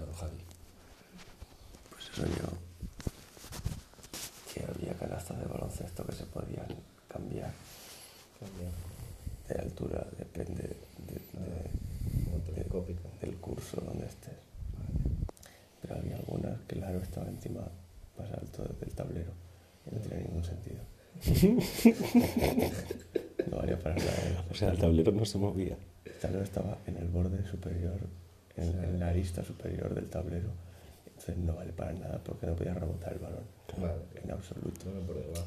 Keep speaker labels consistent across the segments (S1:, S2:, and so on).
S1: don Javi.
S2: Pues eso yo.
S1: Que había canastas de baloncesto que se podían cambiar
S3: También.
S1: de altura, depende de- de-
S3: Como telescópica.
S1: del curso donde estés. Pero había algunas que el aro estaba encima más alto del tablero y no tenía ningún sentido. no valía para nada.
S2: O sea, el tablero no se movía.
S1: El tablero estaba en el borde superior, en, en la arista superior del tablero. Entonces no vale para nada porque no podía rebotar el balón.
S3: Vale.
S1: En absoluto.
S3: No me por debajo.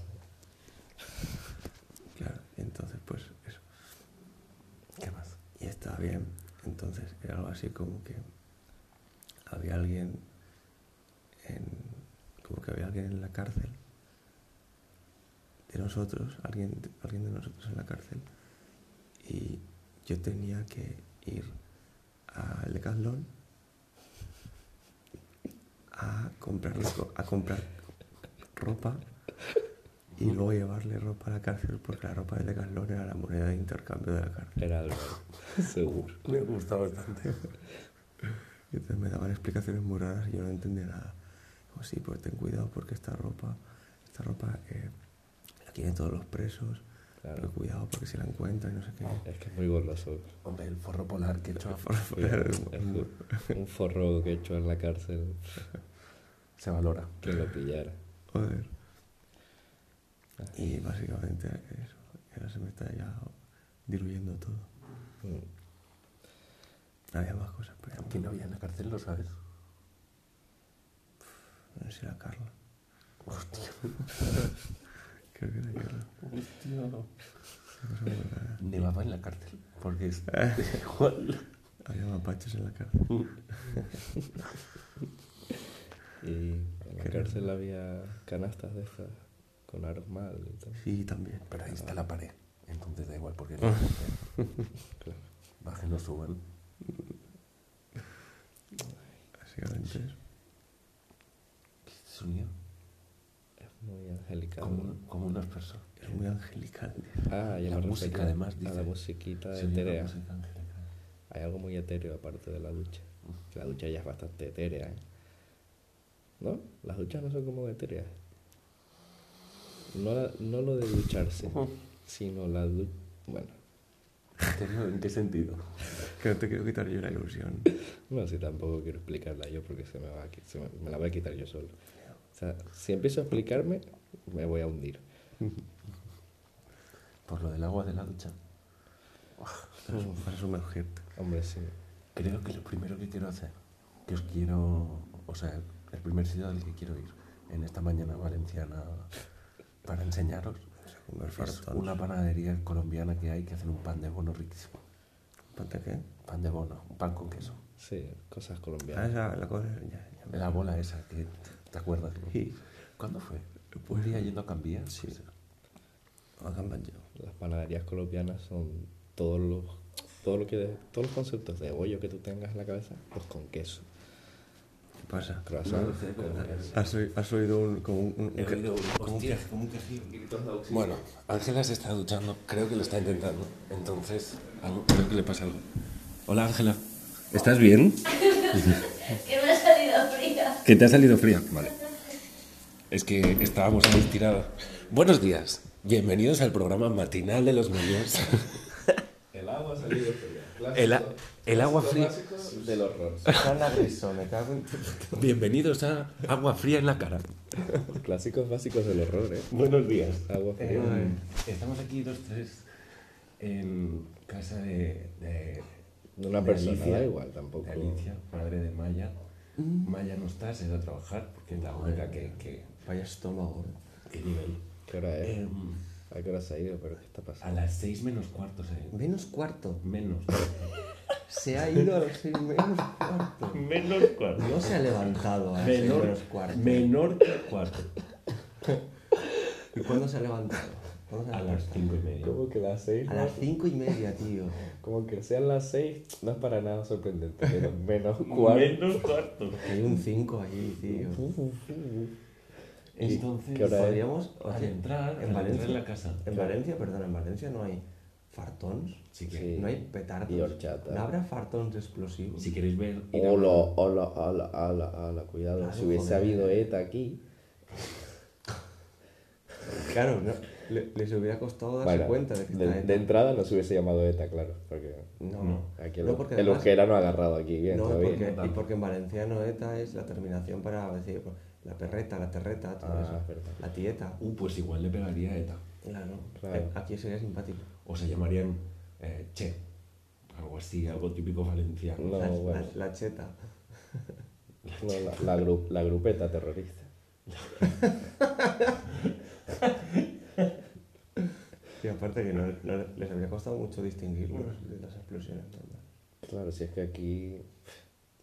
S1: Claro, y entonces pues eso. ¿Qué más? Y estaba bien. Entonces era algo así como que había alguien en. como que había alguien en la cárcel. De nosotros, alguien, alguien de nosotros en la cárcel. Y yo tenía que ir al Decathlon a comprarle co- a comprar ropa y luego llevarle ropa a la cárcel porque la ropa del Decathlon era la moneda de intercambio de la cárcel.
S2: Era algo, seguro.
S4: Me gusta bastante.
S1: Y entonces me daban explicaciones muy raras y yo no entendía nada. Como, sí, pues ten cuidado porque esta ropa, esta ropa eh, la quieren todos los presos, pero
S2: Claro.
S1: cuidado porque si la encuentran y no sé qué.
S2: Es que es muy goloso.
S4: Hombre, el forro polar que he hecho
S2: Es un- un forro que he hecho en la cárcel
S4: se valora.
S2: que lo pillara.
S1: Joder. Y básicamente eso. Y ahora se me está ya diluyendo todo.
S2: Mm.
S1: Había más cosas, pero ya
S4: Aquí no había en la cárcel, lo sabes.
S1: me- no sé si era Carla.
S4: Hostia.
S1: Creo que era Carla. Una cosa muy rara.
S4: Nevaba en la cárcel. Porque es igual.
S1: Había mapaches en la cárcel.
S2: Y en la
S1: Qué
S2: cárcel había canastas de estas con aros mal y tal.
S1: Sí, también.
S4: Pero ahí está la pared. Entonces da igual porque no.
S2: Claro.
S4: Bajen o suban.
S1: Básicamente eso.
S4: ¿Qué sonido?
S2: Es muy angelical.
S4: Como, como unas personas.
S1: Es muy angelical.
S2: Ah, ya
S4: La
S2: me refería
S4: música, además,
S2: A la
S4: dice-
S2: musiquita
S4: Se oye la
S2: etérea.
S4: música angelical.
S2: Hay algo muy etéreo aparte de la ducha. Que La ducha ya es bastante etérea, ¿eh? ¿No? Las duchas no son como etéreas. No, la- no lo de ducharse, sino la ducha... Bueno,
S4: Exterior, ¿En qué sentido?
S1: Que no te quiero quitar yo la ilusión.
S2: no sé, tampoco quiero explicarla yo porque se me, va a qui- se me, me la voy a quitar yo solo. O sea, si empiezo a explicarme, me voy a hundir.
S4: Por lo del agua de la ducha.
S1: Para sumergirte.
S2: Hombre, sí.
S4: Creo que lo primero que quiero hacer, que os quiero, o sea, el primer sitio al que quiero ir en esta mañana valenciana para enseñaros
S1: Comer
S4: es
S1: fartón.
S4: una panadería colombiana que hay que hacen un pan de bono riquísimo.
S1: ¿Pante qué?
S4: Pan de bono, un pan con queso.
S2: Sí, cosas
S1: Ah,
S2: colombianas.
S1: esa, la cosa. Ya, ya me-
S4: La bola esa, que ¿te acuerdas?
S1: Sí.
S4: ¿Cuándo fue? ¿Un día yendo a Pues, cambiar? Pues, Sí.
S1: Hagan pan yo.
S2: Las panaderías colombianas son todos los, todo lo que, todos los conceptos de bollo que tú tengas en la cabeza, pues con queso.
S1: ¿Qué pasa?
S2: Croissant.
S1: ¿Has, oi- has oído un, como un, un- un-
S4: Bueno, Ángela se está duchando, creo que lo está intentando. Entonces, algo- creo que le pasa algo. Hola Ángela, ¿estás bien?
S5: Que me ha salido fría.
S4: Que te ha salido fría. Vale. Es que estábamos ahí tirados. Buenos días. Bienvenidos al programa matinal de los niños.
S2: El agua ha salido fría.
S4: El a- el agua fría.
S2: Del horror.
S4: Bienvenidos a Agua Fría en la Cara.
S2: Clásicos básicos del horror, ¿eh?
S4: Buenos días.
S2: Agua fría.
S4: Eh, estamos aquí los tres en casa de, de-
S2: De una
S4: de
S2: persona,
S4: Alicia.
S2: da igual, tampoco.
S4: De Alicia, madre de Maya. Maya no está, se va a trabajar porque es la única que... que
S1: Vaya estómago.
S4: qué nivel.
S2: ¿Qué hora es?
S4: Em,
S2: ¿A qué hora se ha ido? ¿Pero qué está
S4: a
S2: pasando?
S4: las seis menos cuarto, se-
S1: Menos cuarto.
S4: menos.
S1: Se ha ido a los seis menos cuarto.
S4: menos cuarto.
S1: No se ha levantado a las seis
S4: Menor,
S1: menos cuarto.
S4: menor que cuarto.
S1: ¿Y cuándo se ha levantado? ¿Cuándo se ha
S4: A las
S1: levantado?
S4: cinco y media.
S2: Como que las seis.
S1: A las cinco y media, tío.
S2: Como que sean las seis, no es para nada sorprendente. pero menos cuatro.
S4: cuarto.
S1: Hay un cinco ahí, tío.
S4: Entonces,
S2: ¿Qué hora es?
S1: Podríamos
S4: al entrar,
S1: en
S4: al entrar
S1: Valencia
S4: en la casa.
S1: En Valencia, perdón, en Valencia no hay
S6: fartons?
S4: Sí que-
S2: Sí.
S6: No hay petardos.
S2: Y horchata.
S6: No habrá fartons explosivos.
S4: Si queréis ver... ir a-
S2: Hola, hola, hola, hola, hola, cuidado.
S6: Claro,
S2: si hubiese
S6: joder.
S2: habido ETA aquí,
S6: Claro, no, le- les hubiera costado darse
S2: bueno,
S6: cuenta de que
S2: de,
S6: está
S2: de
S6: ETA.
S2: entrada no se hubiese llamado ETA, claro, porque
S6: No,
S4: No.
S2: aquí el,
S6: No, porque
S2: el
S6: además-
S2: euskera no ha agarrado aquí bien,
S6: No,
S2: todavía.
S6: porque,
S4: no
S6: y porque en valenciano ETA es la terminación para decir pues, la perreta, la terreta, todo
S2: Ah,
S6: eso.
S2: es verdad.
S6: La tieta.
S4: Uh, pues igual le pegaría a ETA.
S6: Claro.
S2: Claro.
S6: Eh, Aquí sería simpático.
S4: O se llamarían eh, Che. Algo así, algo típico valenciano.
S2: No,
S6: la, la-
S2: bueno,
S6: la cheta.
S2: no, la, la gru- la grupeta terrorista.
S6: Y aparte que no, no les habría costado mucho distinguirlos de las explosiones. ¿no?
S2: Claro, si es que aquí,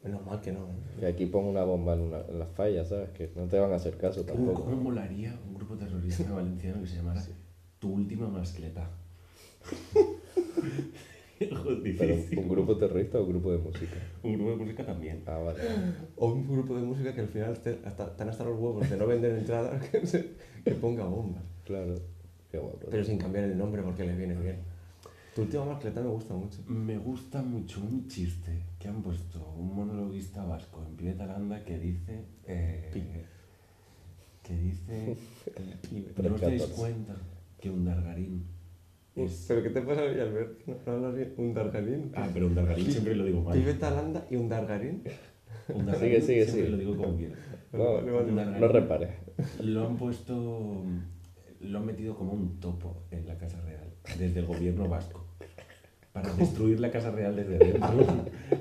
S6: Menos mal que no. ¿eh?
S2: que aquí pongo una bomba en, una, en las fallas, ¿sabes? Que no te van a hacer caso
S4: Uh,
S2: tampoco.
S4: ¿Cómo molaría un grupo terrorista valenciano que se llamara Tu Última Mascleta? Algo
S2: Pero
S4: difícil.
S2: un grupo terrorista o grupo de música.
S4: Un grupo de música también.
S2: Ah, vale.
S6: O un grupo de música que al final te- hasta, están hasta los huevos de no vender entradas que, se- que ponga bombas.
S2: Claro. Qué guapo.
S6: Pero sin cambiar el nombre porque les viene bien. Tu última mascleta me gusta mucho.
S4: Me gusta mucho un chiste que han puesto un monologuista vasco en pie de talanda que dice. eh, que dice. eh, no os dais cuenta que un dargarín es.
S6: ¿Pero qué te pasa, Villalbert? ¿No hablas bien? ¿Un dargarín?
S4: Ah, pero un dargarín siempre lo digo
S6: Pibe
S4: mal.
S6: Talanda y un dargarín.
S4: Un dargarín
S2: Sigue, sigue,
S4: siempre
S2: sigue.
S4: lo digo como quiero.
S2: No,
S6: Vale, vale.
S4: Una-
S2: no repares.
S4: Lo han puesto. Lo han metido como un topo en la Casa Real, desde el gobierno vasco. Para destruir la Casa Real desde dentro.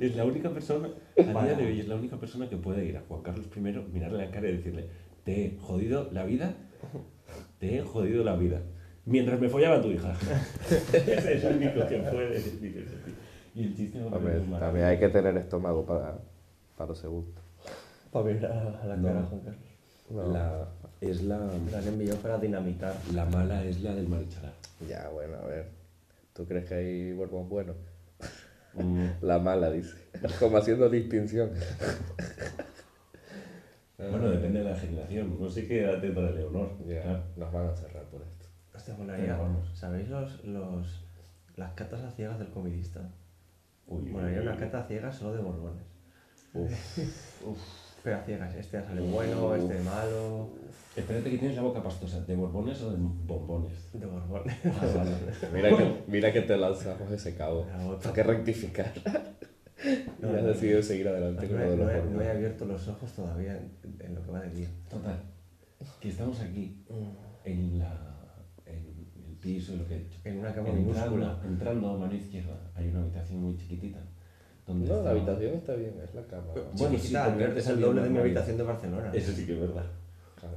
S4: Es la única persona, a día de hoy, es la única persona que puede ir a Juan Carlos I, mirarle la cara y decirle: Te he jodido la vida, te he jodido la vida. Mientras me follaba tu hija. es el único que puede decir eso, tío. Y el chiste me parece
S2: También,
S4: muy
S2: también hay que tener estómago para, para los segundos.
S6: Para mirar a la
S4: No.
S6: cara, Juan Carlos.
S2: No.
S4: La, es la,
S6: La han enviado para dinamitar.
S4: la mala, es la del marchalar.
S2: Ya, bueno, a ver. ¿Tú crees que hay borbón bueno?
S4: Mm.
S2: La mala, dice. Como haciendo distinción.
S4: Bueno, depende de la generación. No sé qué edad tendrá Leonor.
S2: Ya, nos van a cerrar por esto.
S6: Hostia, molaría.
S4: Pero vamos.
S6: ¿Sabéis los, los, las catas a ciegas del comidista?
S4: Uy,
S6: Molaría
S4: uy,
S6: una
S4: uy.
S6: cata a ciegas solo de borbones.
S2: Uf,
S6: Pero a ciegas, este ha salido bueno, este malo.
S4: Espérate que tienes la boca pastosa. ¿De borbones o de bombones?
S6: De borbones.
S2: Mira que, mira que te lanzamos ese cabo.
S6: La otra.
S2: Para que rectificar. y
S6: No,
S2: has
S6: no.
S2: decidido seguir adelante con
S6: No
S2: lo
S6: he,
S2: de los
S6: no he- no he
S2: borbones.
S6: abierto los ojos todavía en, en lo que va de día.
S4: Total. Que estamos aquí
S2: Mm.
S4: en la... En el piso, lo que he dicho.
S6: En una cama minúscula.
S4: Entrando, entrando a mano izquierda hay una habitación muy chiquitita. Donde
S2: No,
S4: está-
S2: la habitación está bien, es la cama. ¿no?
S4: Bueno,
S6: Bueno,
S4: sí,
S6: sí,
S4: porque
S6: pero
S4: antes
S6: es el
S4: había
S6: doble
S4: una
S6: de mi
S4: novia.
S6: habitación de Barcelona.
S4: Eso sí que es verdad.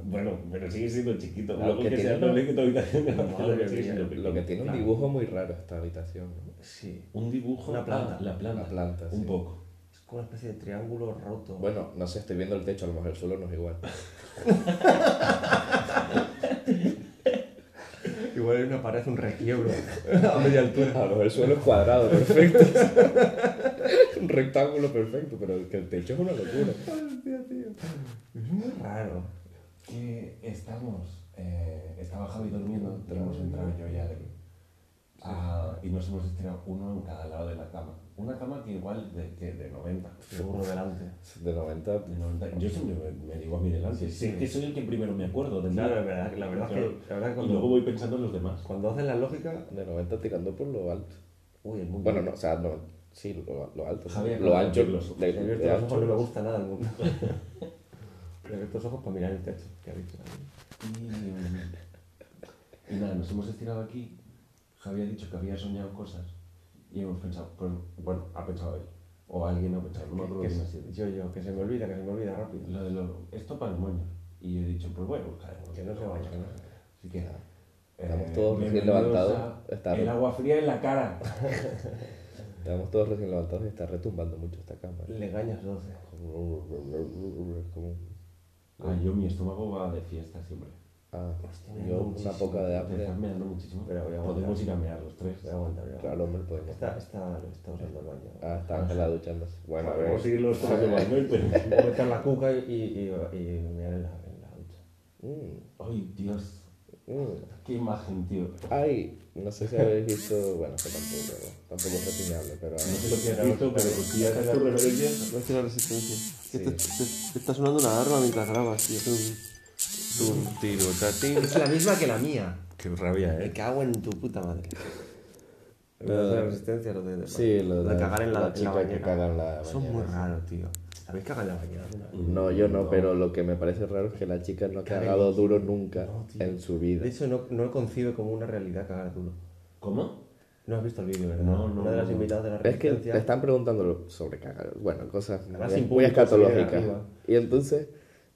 S4: Bueno, pero sigue siendo chiquito.
S2: Lo
S4: Algo
S2: que
S4: que, sea
S2: tiene-
S4: doble que tu habitación de Barcelona
S6: Madre
S4: sigue
S6: mía.
S4: siendo
S2: Lo que tiene un
S6: Claro.
S2: dibujo muy raro esta habitación, ¿no?
S6: Sí,
S4: Un dibujo...
S6: Una planta.
S4: Ah, la planta.
S2: La planta,
S4: Un
S2: sí.
S4: poco.
S6: es como una especie de triángulo roto.
S2: Bueno, no sé, estoy viendo el techo, a lo mejor el suelo no es igual.
S6: Igual hay una pared, un requiebro a media altura.
S2: A lo mejor el suelo es cuadrado, perfecto. un rectángulo perfecto, pero el- que el techo es una locura.
S6: Es muy raro.
S4: que estamos, eh, estaba Javi durmiendo, tenemos entrado yo y Adri. Ah, y nos hemos estirado uno en cada lado de la cama. Una cama que igual de, que de 90.
S6: Seguro delante.
S2: De 90,
S4: De 90. Yo siempre me, me digo a mí delante.
S6: Sí, sí.
S4: Sé que soy el que primero me acuerdo de mí.
S6: Claro, la verdad, la verdad es que, la verdad que
S4: Y luego
S6: cuando,
S4: voy pensando en los demás.
S6: cuando hacen la lógica.
S2: de 90 tirando por lo alto.
S6: Uy, el mundo.
S2: Bueno, no, o sea, no, sí, lo, lo alto. sí.
S4: Javier,
S2: Lo ancho,
S4: abrir los ojos.
S2: de-
S6: He abierto
S2: de
S6: los ojos, no
S2: ancho.
S6: me gusta nada el mundo. He abierto los ojos para mirar el techo. que ha dicho.
S4: Y, y nada, nos hemos estirado aquí. Javi ha dicho que había soñado cosas. Y hemos pensado, pues, bueno, ha pensado él. O alguien ha pensado, no me acuerdo
S6: Que
S4: quién ha
S6: se-
S4: sido.
S6: yo, yo, que se me olvida, que se me olvida rápido.
S4: Lo de lo- esto para el moño. Y yo he dicho, pues bueno, buscaremos.
S6: Que no se vaya, que no se vaya.
S4: Así que nada. Eh,
S2: Estamos todos recién
S4: bienvenidos
S2: levantados.
S4: a
S2: Está-
S4: El agua fría en la cara.
S2: Estamos todos recién levantados y está retumbando mucho esta cama. ¿eh?
S6: Legañas 12.
S2: Como un-
S4: Ah, yo mi estómago va de fiesta siempre.
S2: ah,
S6: Hostia, me
S2: yo
S6: da
S2: una
S6: muchísimo.
S2: poca de
S4: Me
S2: hambre.
S4: estás meando muchísimo.
S6: Pero voy a
S4: Podemos
S6: aguantar.
S4: ir a mear los tres.
S6: Voy a aguantar, voy a aguantar.
S2: Claro, hombre, podemos.
S6: Está, está, está usando el baño.
S2: Ah, está Ángela duchándose. Bueno, a ver.
S4: Podemos ir los tres igualmente.
S6: Voy a meter la cuca y, y, y, y mirar en la, en la ducha.
S2: Mm,
S4: Ay, Dios.
S2: mm.
S4: Qué imagen, tío.
S2: Ay, No sé si habéis visto, bueno, que tampoco, tampoco es reseñable, pero...
S4: No sé lo que has visto, pero costillas de tu referencia.
S6: No es que la resistencia. Que te,
S2: Sí.
S6: te- te está sonando una alarma mientras grabas, tío. Tum, tum, tiro, tatín.
S7: Es la misma que la mía.
S4: Qué rabia,
S6: Me
S4: eh.
S6: cago en tu puta madre.
S2: Lo de-
S7: resistencia, lo de...
S2: Ah. Sí, lo de
S7: de cagar en la, en la
S2: chica que
S7: bañera.
S2: caga en la
S7: Son muy
S2: bañera, sí.
S7: raros, tío. ¿Habéis cagado en la bañera alguna vez?
S2: No, yo no, pero lo que me parece raro es que la chica no ha cagado duro nunca en su vida.
S7: De hecho, no, no lo concibe como una realidad cagar duro.
S4: ¿Cómo?
S7: No has visto el vídeo, ¿verdad?
S4: No, no,
S7: Una de las
S4: no.
S7: invitadas de la
S2: Es que
S7: resistencia.
S2: te están preguntando sobre cagar, bueno, cosas
S7: Además,
S2: muy,
S7: sin
S2: muy
S7: público, se viene
S2: escatológicas.
S7: arriba.
S2: Y entonces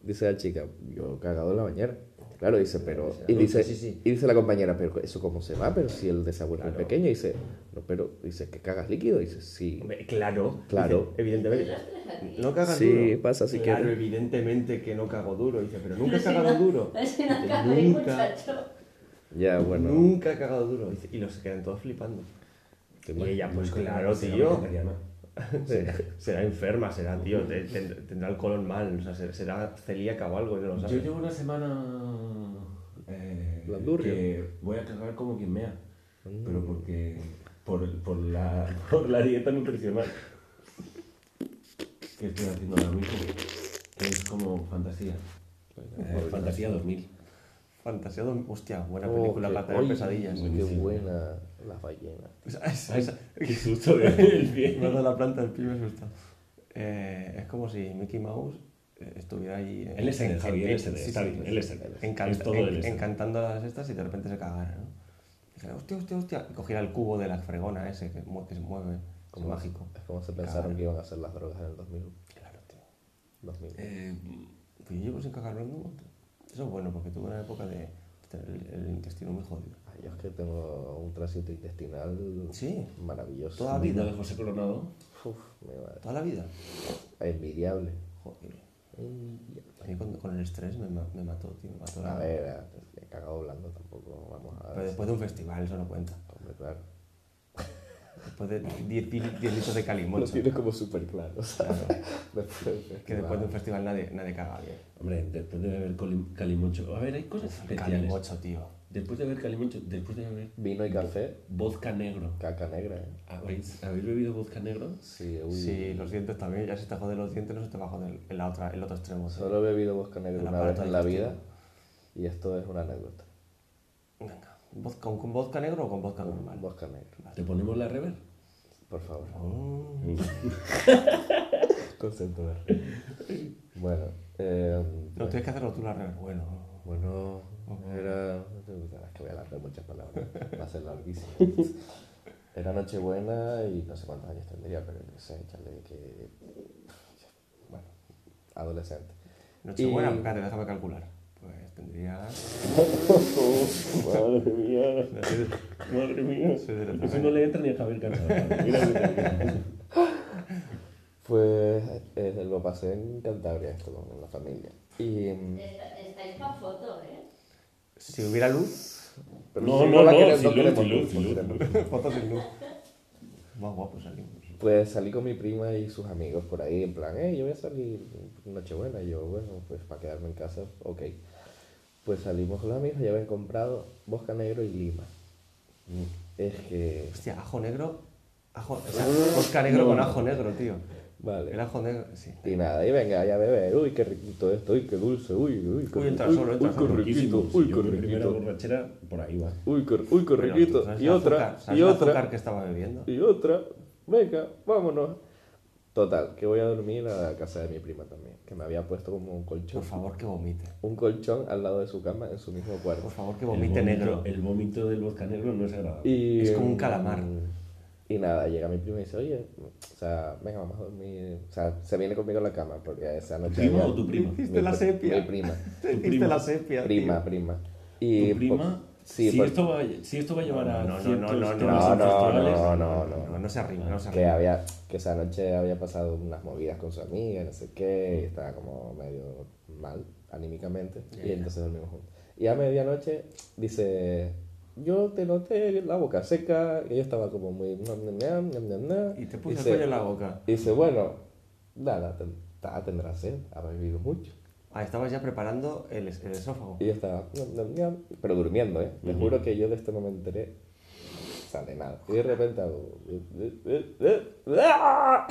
S2: dice la chica, yo he cagado en la bañera. Claro, dice, pero...
S7: adulto,
S2: Y dice,
S7: sí, sí.
S2: y dice la compañera, pero ¿eso cómo se va? Pero si el desagüe es muy
S7: Claro.
S2: pequeño. Y dice, no, pero... Dice, ¿que cagas líquido? dice, sí.
S7: Hombre, Claro.
S2: Claro.
S7: Dice, evidentemente. No cagas duro.
S2: Sí, pasa así
S7: claro,
S2: que...
S7: evidentemente que no cago duro. Dice, pero nunca
S5: Pero
S7: he
S5: si
S7: cagado
S5: no-
S7: duro.
S5: pero si no
S7: Dice,
S5: acabé,
S7: nunca.
S5: muchacho.
S2: Ya, bueno.
S7: Nunca he cagado duro. Dice, y los quedan todos flipando.
S2: te
S7: Y ella, pues claro,
S4: Será
S7: tío.
S4: vegetariana.
S7: Será, será enferma, será, tío. te- te- tendrá el colon mal. O sea, se- será celíaca o algo. y No lo
S4: Yo
S7: sabes.
S4: llevo una semana eh,
S2: Blandurria.
S4: que voy a cagar como quien mea, pero porque por, por, la, por la dieta nutricional que estoy haciendo ahora mismo, que es como fantasía. Eh, fantasía 2000.
S7: Fantasía. dom- Hostia, buena
S2: Oh,
S7: película
S2: qué-
S7: para tener
S2: oye,
S7: pesadillas.
S2: Qué buena la ballena.
S6: Esa, esa,
S4: Ay,
S6: esa.
S4: qué susto de el pie.
S6: Me ha dado la planta del pie, me asusta. Eh, es como si Mickey Mouse eh, estuviera ahí. eh,
S4: LSD,
S6: en-
S4: Javi,
S6: en-
S4: LSD,
S6: sí,
S4: está
S6: sí,
S4: bien,
S6: sí.
S4: LSD.
S6: Encan-
S4: Es todo
S7: en-
S4: LSD.
S6: encantando a las estas y de repente se cagara, ¿no? Dijera, hostia, hostia, hostia. Y cogiera el cubo de la fregona ese que, mu- que se mueve como mágico.
S2: Es como se pensaron que iban a hacer las drogas en el 2000.
S6: Claro, tío.
S2: 2000.
S6: Pues yo llevo sin cagar un montón. Eso es bueno, porque tuve una época de tener el, el intestino muy jodido.
S2: Ay, yo es que tengo un tránsito intestinal
S6: Sí,
S2: maravilloso.
S6: toda la vida.
S4: de José Coronado.
S2: Uf, mi madre.
S6: Toda la vida.
S2: Envidiable.
S6: Joder.
S2: Envidiable.
S6: A mí con, con el estrés me, ma- me mató, tío. Me mató la...
S2: A ver, a- he cagado blando tampoco. Vamos a
S6: Pero
S2: ver.
S6: después de un festival, eso no cuenta.
S2: Hombre, claro.
S6: Después de 10 pil- 10 litros de
S2: Lo
S6: calimocho.
S2: tienes como súper claro, ¿sabes?
S6: Que después de un festival nadie, nadie caga bien.
S4: Hombre, después de beber coli- calimocho. A ver, hay cosas especiales.
S6: Calimocho, tío.
S4: Después de beber calimocho, después de beber
S2: Vino y café,
S4: vodka negro.
S2: caca negra, ¿eh?
S4: ¿Habéis, ¿habéis bebido vodka negro?
S2: Sí, uy.
S6: Sí, los dientes también. Ya si te joden los dientes, no se te va a joder el, la otra, el otro extremo. tío.
S2: Solo he bebido bosque negro
S6: El
S2: una vez
S6: aparato
S2: en la vida.
S6: digestivo.
S2: Y esto es una anécdota.
S6: Venga. ¿Vodka- ¿Con, con vodka negro o con vodka normal?
S2: Bosque negro,
S4: ¿Te ponemos la rever?
S2: por favor.
S6: Mm.
S2: Concepto Bueno, eh,
S6: No, tienes que hacerlo tú la revés. Bueno.
S2: bueno, era. Es que voy a alargar muchas palabras, va a ser larguísimo. Era Nochebuena y no sé cuántos años tendría, pero no sé, échale que. Bueno, adolescente.
S6: Nochebuena,
S2: Y-
S6: espérate, déjame calcular. Pues tendría...
S2: Madre mía.
S4: Madre mía.
S6: Soy de la otra
S4: Eso no le entra ni a Javier Cansado. Mira lo que te digo.
S2: Pues eh, lo pasé en Cantabria, esto con la familia. Y. mm,
S5: Está- Estáis para foto, ¿eh?
S6: Si hubiera luz,
S2: pero
S4: No,
S2: sí,
S4: no,
S2: la
S4: no,
S2: queremos,
S4: sin luz,
S2: queremos
S4: sin luz, sin luz.
S2: queremos
S6: fotos sin luz. Más guapo salimos.
S2: Pues salí con mi prima y sus amigos por ahí, en plan, hey, yo voy a salir Nochebuena. Y yo, bueno, pues para quedarme en casa, ok. Pues salimos con los amigos y habían comprado Bosca Negro y Lima. Es que.
S6: Hostia, ajo negro. Ajo, o sea, vodka negro con ajo negro, tío. El
S2: Vale.
S6: ajo negro, sí.
S2: Y nada, y venga, ya beber, uy, qué riquito esto, uy, qué dulce, uy, uy, qué
S6: Uy, entra
S2: rico,
S6: solo,
S2: uy,
S6: entra
S2: uy,
S6: solo.
S2: qué riquito,
S4: Riquísimo. Si
S2: uy,
S4: yo
S2: qué
S4: mi primera
S2: riquito,
S4: borrachera, por ahí va.
S2: uy, qué, uy, qué
S6: Pero,
S2: riquito,
S6: ¿sabes
S2: y
S6: el
S2: otra,
S6: azúcar? ¿Sabes
S2: y
S6: el
S2: otra,
S6: azúcar que estaba bebiendo.
S2: y otra, venga, vámonos. Total, que voy a dormir a la casa de mi prima también, que me había puesto como un colchón.
S6: Por favor, que vomite.
S2: un colchón al lado de su cama en su mismo
S6: Por
S2: cuarto.
S6: favor, que
S4: El
S6: vomite
S4: vómito-
S6: negro.
S4: El vómito del vodka negro no es agradable.
S2: Y,
S6: Es como un
S2: mm,
S6: calamar.
S2: Y nada, llega mi prima y dice, oye, o sea, venga, vamos a dormir. O sea, se viene conmigo a la cama porque esa noche...
S4: ¿Prima
S2: había-
S4: o tu prima?
S6: Hiciste
S2: mi
S6: la
S2: pri-
S6: sepia.
S2: Mi prima.
S4: tu
S6: Te hiciste
S4: prima.
S6: la sepia. tío.
S2: Prima, prima. Y,
S4: tu prima,
S2: por- sí,
S4: si,
S2: por-
S4: esto va, si esto va a llevar a
S6: pues- No, no, no,
S4: ciertos
S6: no, no,
S4: temas
S2: no, no,
S4: ancestrales,
S2: no,
S6: No, no, no se arriba, no se
S2: que
S6: arriba.
S2: había que esa noche había pasado unas movidas con su amiga, no sé qué, y estaba como medio mal anímicamente, y entonces dormimos juntos. Y a medianoche dice, yo te noté la boca seca, y yo estaba como muy... "Nam, nam, nam, nam, nam, nam".
S6: Y te puse el
S2: Dice-
S6: cuello en la boca.
S2: Dice, bueno, nada, ten- ta- tendrá sed, ha bebido mucho.
S6: Ah, estabas ya preparando el, es- el esófago.
S2: Y yo estaba, "Nam, nam, nam", pero durmiendo, ¿eh? Te juro que yo de esto este no me enteré sale nada. Y de repente hago... eh, ¡ah!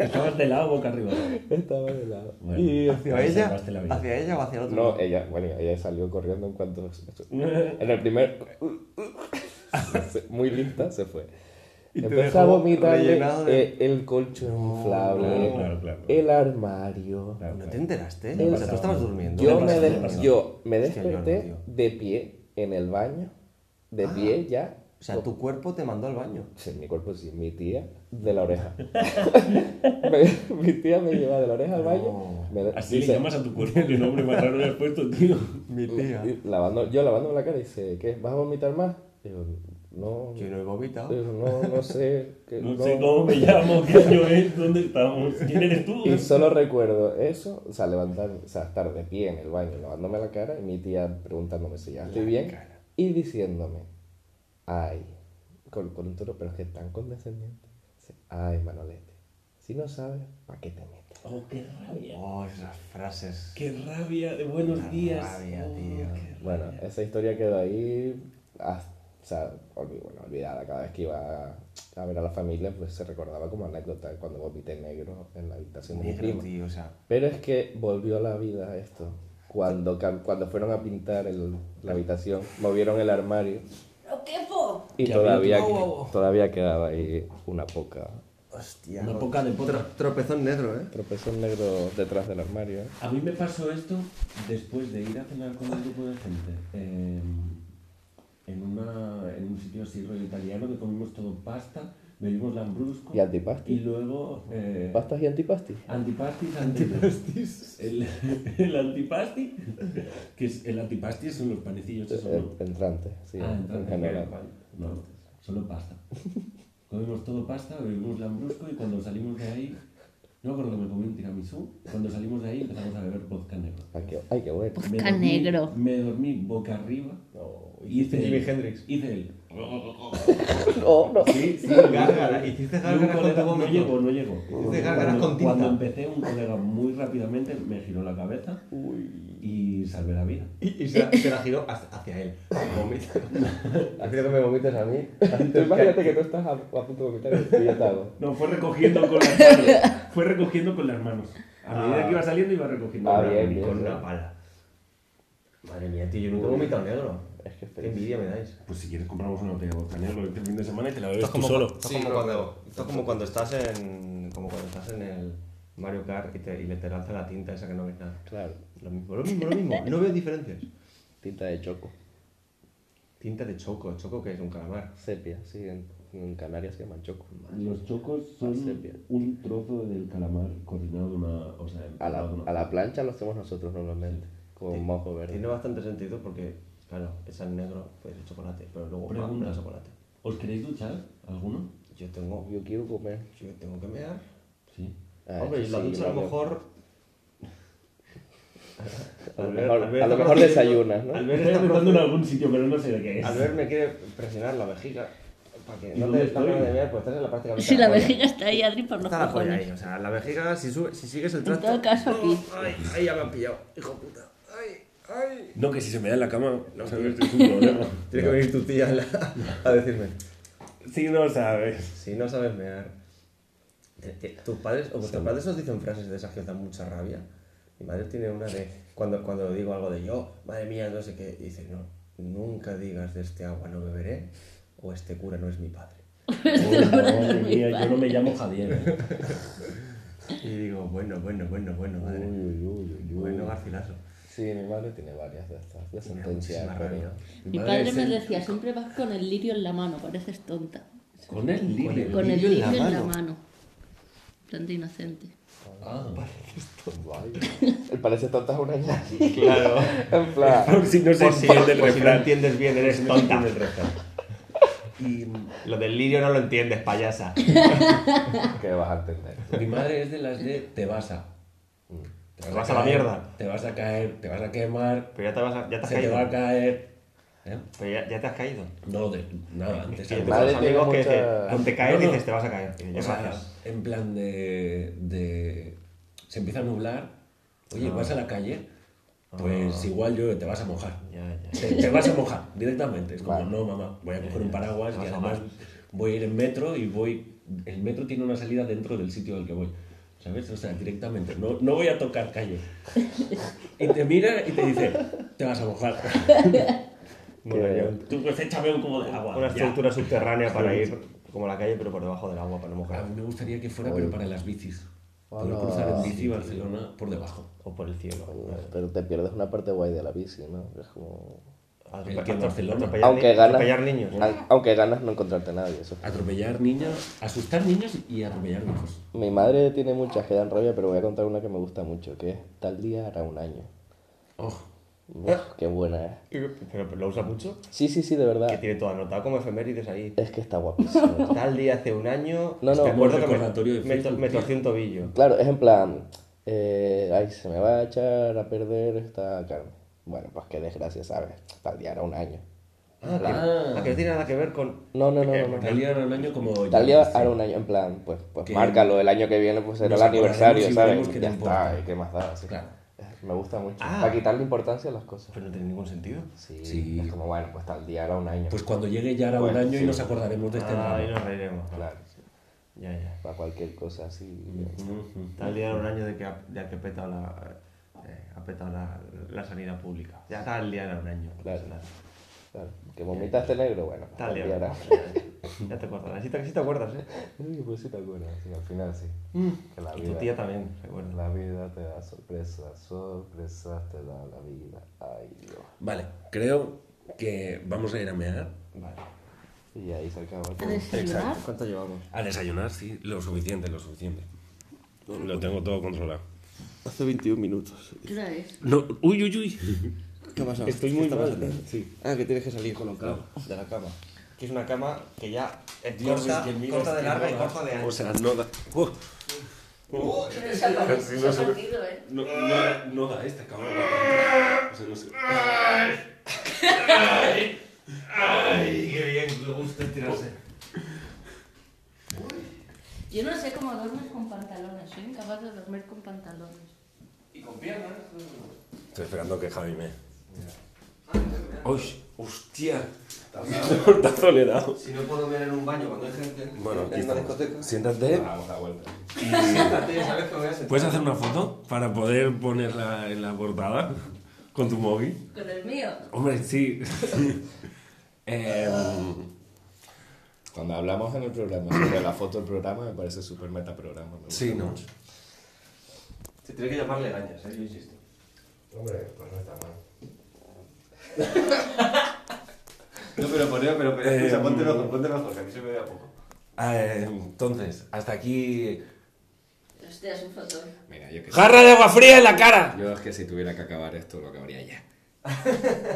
S4: Estabas de lado boca arriba.
S2: Estaba de lado.
S4: Bueno.
S2: Y
S1: ¿Hacia
S4: Ahí
S1: ella?
S4: salvaste la vida.
S1: ¿Hacia ella o hacia el otro?
S2: Ah, No, ella, bueno, ella salió corriendo en cuanto... En el primer... Muy lista, se fue.
S1: Y te
S2: Empezó a
S1: dejó
S2: vomitarle
S1: rellenado de-
S2: eh, el colchón inflable,
S4: claro, claro, claro.
S2: el armario.
S4: Claro,
S1: ¿No
S4: claro.
S1: te enteraste?
S2: El-
S1: O sea, tú estabas durmiendo.
S2: Yo
S4: No
S2: me,
S4: pasa
S2: de-
S4: nada, no pasa
S2: yo me
S1: Hostia, yo no,
S2: desperté
S1: tío.
S2: de pie en el baño, de pie ya.
S1: O sea, tu cuerpo te mandó al baño.
S2: Sí, mi cuerpo sí, mi tía de la oreja. Me- mi tía me lleva de la oreja al baño. me-
S4: Así le
S2: dice-
S4: llamas a tu cuerpo, que nombre más raro le has puesto, tío.
S1: Mi
S2: y lavando, yo lavándome la cara y dice, ¿qué? ¿Vas a vomitar más? Digo, no,
S1: Yo no he vomitado.
S2: digo, no, no sé. que
S4: No, sé cómo me llamo, qué año es, dónde estamos, quién eres tú.
S2: Y solo recuerdo eso, o sea, levantar, o sea, estar de pie en el baño, lavándome la cara y mi tía preguntándome si ya estoy bien y diciéndome, ay, con, con un tono, pero es que tan condescendiente. dice, ay, Manolete, si no sabes, ¿para qué te metes?
S4: Oh, qué rabia.
S1: Oh, esas frases.
S4: Qué rabia de buenos
S1: Una
S4: días.
S1: rabia,
S4: Oh,
S1: tío.
S4: qué
S2: Bueno, esa historia quedó ahí, haz- o sea, olvi- bueno, olvidada. Cada vez que iba a ver a la familia, pues se recordaba como anécdota cuando vomité negro en la habitación de mi
S1: Negro,
S2: prima.
S1: tío, o sea.
S2: Pero es que volvió a la vida esto. Cuando, cam- cuando fueron a pintar el- la habitación, movieron el armario
S5: Lo quepo.
S2: y
S4: Que
S2: todavía,
S1: había- Wow, wow, wow.
S2: todavía quedaba ahí una poca.
S1: Hostia.
S4: Una
S1: no.
S4: poca de potra.
S1: Tro- tropezón negro, ¿eh?
S2: Tropezón negro detrás del armario. ¿eh?
S4: A mí me pasó esto después de ir a cenar con un grupo de gente eh, en, una, en un sitio así rollo italiano que comimos todo pasta, bebimos lambrusco
S2: Y antipasti.
S4: y luego eh,
S2: Pastas y antipasti.
S4: antipastis antes de- El, el antipasti, que es, el antipasti son los panecillos esos, ¿no?
S2: Eh, Entrantes, sí,
S4: Ah,
S2: en
S4: entonces,
S2: general.
S4: bueno, No, solo pasta. Comemos todo pasta, bebimos lambrusco y cuando salimos de ahí, no me acuerdo que me comí un tiramisú, cuando salimos de ahí empezamos a beber vodka negro.
S2: Ay, qué, ay, qué bueno.
S4: Me
S5: Vodka
S4: dormí-
S5: negro.
S4: Me dormí boca arriba. y hice
S6: Jimi
S4: el-
S6: Hendrix. Oh,
S4: Hice el...
S2: No, no.
S4: Sí, sí,
S6: Gárgara, hiciste
S4: Y un
S6: gárgara con
S4: colega-
S6: tu
S4: No
S6: vómito.
S4: llegó, no llegó.
S6: Hiciste gárgaras
S4: Cuando-
S6: con tinta.
S4: Cuando empecé, un colega muy rápidamente me giró la cabeza y salvé la vida.
S6: Y, y se, la, se la giró hacia, hacia él. Vomita.
S2: Así que no me vomites a mí. Tú imagínate que tú estás a, a punto de vomitar y yo te hago.
S4: No, fue recogiendo con las manos. Fue recogiendo con las manos. A medida que iba saliendo, iba recogiendo.
S2: Ah,
S4: con las
S2: bien,
S4: manos.
S2: bien.
S6: Con una pala. Madre mía, tío, yo nunca he vomitado negro.
S2: Es que es
S6: Qué envidia me dais.
S4: Pues si quieres compramos una botella de vodka negro este fin de semana y te la bebes tú
S6: como,
S4: solo.
S6: esto es
S1: Sí,
S6: como
S1: no,
S6: cuando, esto es como cuando estás en. Como cuando estás en el Mario Kart y, te, y le te lanza la tinta esa que no ves nada.
S2: Claro,
S6: Lo mismo, lo mismo, lo mismo. No veo diferencias.
S2: tinta de choco.
S6: Tinta de choco, choco que es un calamar.
S2: Sepia, sí, en, en Canarias se llaman choco.
S4: Los chocos son
S2: Sepia.
S4: un trozo del calamar cocinado de una. O sea,
S2: A la,
S4: empanado de una-
S2: a la plancha lo hacemos nosotros normalmente, con mojo verde.
S6: Tiene bastante sentido porque, claro, es al negro, pues es chocolate, pero luego
S4: Pregunta.
S6: no es chocolate.
S4: ¿Os queréis duchar? ¿Alguno?
S6: Yo tengo,
S2: Yo quiero comer.
S6: yo tengo que mear.
S4: Sí.
S2: Ah,
S6: Hombre, y
S2: eso
S6: la
S2: sí,
S6: ducha a lo
S2: veo.
S6: mejor.
S2: A lo
S6: Albert-
S2: mejor,
S6: Albert
S2: a lo
S6: está
S2: mejor
S6: consiguiendo-
S2: desayunas, ¿no?
S6: Albert
S4: Estoy
S6: está
S4: pensando en
S6: profe-
S4: algún sitio, pero no sé de qué es.
S6: Albert me quiere presionar la vejiga para que
S4: ¿Y
S6: no
S4: dónde
S6: te no
S4: estoy?
S6: me de mear, pues estás en la parte
S5: Si la vejiga está ahí, Adri, por los
S6: Está la polla
S5: cojones.
S6: ahí, o sea, la vejiga, si, sube- si sigues el
S5: En
S6: trasto...
S5: todo caso,
S6: No,
S5: aquí.
S6: ay, ahí ya me han pillado, hijo de puta. Ay, ay.
S4: No, que si se me da en la cama, no sabes, es un problema.
S6: Tiene que venir tu tía a, la- a decirme,
S4: Sí, no sabes.
S6: si no sabes mear... te- te- Tus padres o vuestros padres os dicen frases de esas que os dan mucha rabia. Mi madre tiene una de, cuando, cuando digo algo de yo, madre mía, no sé qué, y dice, no, nunca digas de este agua no beberé o este cura no es mi padre.
S4: Madre mía, yo no me llamo Javier. ¿eh?
S6: Y digo, bueno, bueno, bueno, bueno, madre.
S2: Uy, uy, uy, uy.
S6: Bueno, Garcilaso.
S2: Sí, mi madre tiene varias de estas, de
S6: Me da muchísima
S2: sentencias. pero-
S6: rabia.
S5: Mi padre me decía, siempre vas con el lirio en la mano, pareces tonta.
S4: Con el libre.
S5: Con el
S6: lirio en la
S5: lirio en la
S6: mano.
S5: mano. Tonta inocente.
S2: Vaya. El parece tonta es una ñaña.
S6: Claro.
S2: En plan,
S4: Por si Ah, no se entiende el
S6: por si no
S4: refrán.
S6: entiendes bien, eres tonta.
S4: Y mm,
S6: Lo del lirio no lo entiendes, payasa.
S2: que vas a entender.
S4: mi madre es de las de te vas a.
S6: Te vas a la
S4: caer,
S6: mierda.
S4: Te vas a caer, te vas a quemar,
S6: Pero ya te, vas a- ya te has
S4: se te va a
S6: caído.
S4: caer. ¿Eh?
S6: Pero ya, ya te has caído.
S4: No, de, nada, antes.
S6: Sí,
S4: antes.
S2: madre
S6: los amigos
S2: tiene
S6: que
S2: mucha-
S6: dicen, "Ponte caer",
S4: No, no.
S6: dices, "Te vas a caer". Y ya
S4: O sea,
S6: gracias.
S4: en plan Ah. de, de. Se empieza a nublar. Oye, vas a la calle. Pues igual yo te vas a mojar.
S8: Ya, ya.
S4: Te, te vas a mojar directamente. Es como,
S8: Vale.
S4: no, mamá, voy a coger un paraguas
S8: Te
S4: y
S8: vas a
S4: además voy a ir en metro y voy. El metro tiene una salida dentro del sitio al que voy. ¿Sabes? O sea, directamente. No, no voy a tocar calle. Y te mira y te dice, te vas a mojar.
S6: Bueno,
S4: Tú pues échame un cubo de agua.
S6: una
S4: ya.
S6: estructura subterránea para ir como la calle, pero por debajo del agua, para no
S4: A
S6: mojar.
S4: mí me gustaría que fuera, pero para las bicis. Poder
S2: Hola.
S4: cruzar en bici Barcelona por debajo.
S6: O por el cielo.
S2: Pero te pierdes una parte guay de la bici, ¿no? Es como...
S4: El que en Barcelona.
S6: Atropellar ni-
S2: Aunque ganas,
S6: atropellar niños.
S2: a- aunque ganas no encontrarte a nadie. Eso.
S4: Atropellar niños, asustar niños y atropellar viejos.
S2: Mi madre tiene muchas que dan rabia, pero voy a contar una que me gusta mucho, que es tal día hará un año.
S4: Oh,
S2: Uf, qué buena es.
S6: Pero pero lo usa mucho.
S2: Sí, sí, sí, de
S6: Que
S2: verdad.
S6: tiene todo anotado como efemérides ahí.
S2: Es que está guapísimo.
S6: Tal día hace un año.
S2: No, no.
S6: me acuerdo que
S4: Recordatorio de
S6: me, me, to-
S4: Facebook,
S6: me
S4: tío.
S6: torcí un tobillo.
S2: Claro, es en plan, eh, ay, se me va a echar a perder esta carne. Bueno, pues qué desgracia, ¿sabes? Tal día era un año.
S6: Ah, que, ah, que no tiene nada que ver con.
S2: No, no, no, no. no.
S4: Tal día era un año como...
S2: Tal día hará un año, en plan, pues, pues
S4: Que
S2: márcalo, el año que viene pues será
S4: nos
S2: el aniversario,
S4: acordaremos y
S2: ¿sabes?
S4: veremos
S2: Ya
S4: que te
S2: está,
S4: importa.
S2: ¿y qué más da? Sí.
S4: Claro.
S2: Eh, Me gusta mucho.
S6: Ah.
S2: Para quitarle importancia a las cosas.
S6: Pero no tiene ningún sentido.
S2: Sí,
S4: Sí.
S2: es como, bueno, pues tal día era un año.
S4: Pues cuando llegue ya hará
S2: Bueno,
S4: un año
S2: sí.
S4: y nos acordaremos de este
S6: Ah, ahí
S4: año.
S6: nos reiremos.
S2: Claro,
S6: Ya, ya.
S2: para cualquier cosa así.
S6: Tal día era un año de que ha, de que ha petado la. eh, ha petado la, la sanidad pública. Ya tal día era un año.
S2: Claro. Claro. Que vomita este negro, bueno, pues,
S6: Tal día.
S2: era.
S6: Ya te acuerdas. Así te, sí te acuerdas, ¿eh?
S2: Sí, pues sí te acuerdas, sí, al final sí. Que la
S6: Y tu
S2: vida-
S6: tía también, se acuerda.
S2: La vida te da sorpresas, sorpresas te da la vida. Ay, Dios.
S4: Vale, creo que vamos a ir a mear.
S6: Vale.
S2: Y ahí se acaba
S5: ¿A
S2: todo.
S5: desayunar?
S8: ¿Cuánto llevamos?
S4: A desayunar, sí. Lo suficiente, lo suficiente. Lo tengo todo controlado.
S9: Hace 21 minutos.
S5: ¿Qué hora es?
S4: No, uy, uy, uy.
S9: ¿Qué ha pasado?
S4: Estoy
S9: ¿Qué
S4: muy
S9: está
S4: mal.
S9: pasando?
S4: Sí.
S9: Ah, que tienes que salir colocado de la cama.
S8: Que es una cama que ya es
S4: Dios,
S8: corta,
S4: es que el mío
S8: corta
S4: es
S8: de
S4: que
S8: larga y
S4: no da.
S8: corta de ancha.
S4: O sea, no da... Oh,
S5: Se ha partido, ¿eh?
S4: no, no, no da esta cámara. O sea, no sé.
S8: Ay, qué bien, me gusta estirarse.
S5: Yo no sé cómo duermes con pantalones. Soy incapaz de dormir con pantalones.
S4: Estoy esperando que Javi me... Uy, ¡Hostia! Tortazo le he dado.
S8: Si no puedo ver en un baño cuando hay gente,
S4: Bueno, aquí
S8: en una
S4: estamos.
S8: discoteca, Ah,
S4: Siéntate.
S8: siéntate, ¿sabes que me voy a sentar?
S4: ¿Puedes hacer una foto para poder ponerla en la portada con tu móvil?
S5: Con el mío.
S4: Hombre, sí. Em,
S2: Cuando hablamos en el programa sobre la foto del programa, me parece súper metaprograma. me gusta
S4: sí, ¿no?
S2: mucho.
S8: Se tiene que llamarle gañas, ¿eh? yo insisto.
S2: Hombre, pues no está mal.
S8: No, pero ponelo, pero, pero
S4: escucha, ponte
S8: mejor, ponte mejor, que a mí se me vea poco.
S4: Eh, Em, entonces, hasta aquí...
S5: Hostia, es un fotón.
S2: Mira, yo que,
S4: ¡Jarra de agua fría en la cara!
S2: yo es que si tuviera que acabar esto, lo acabaría ya.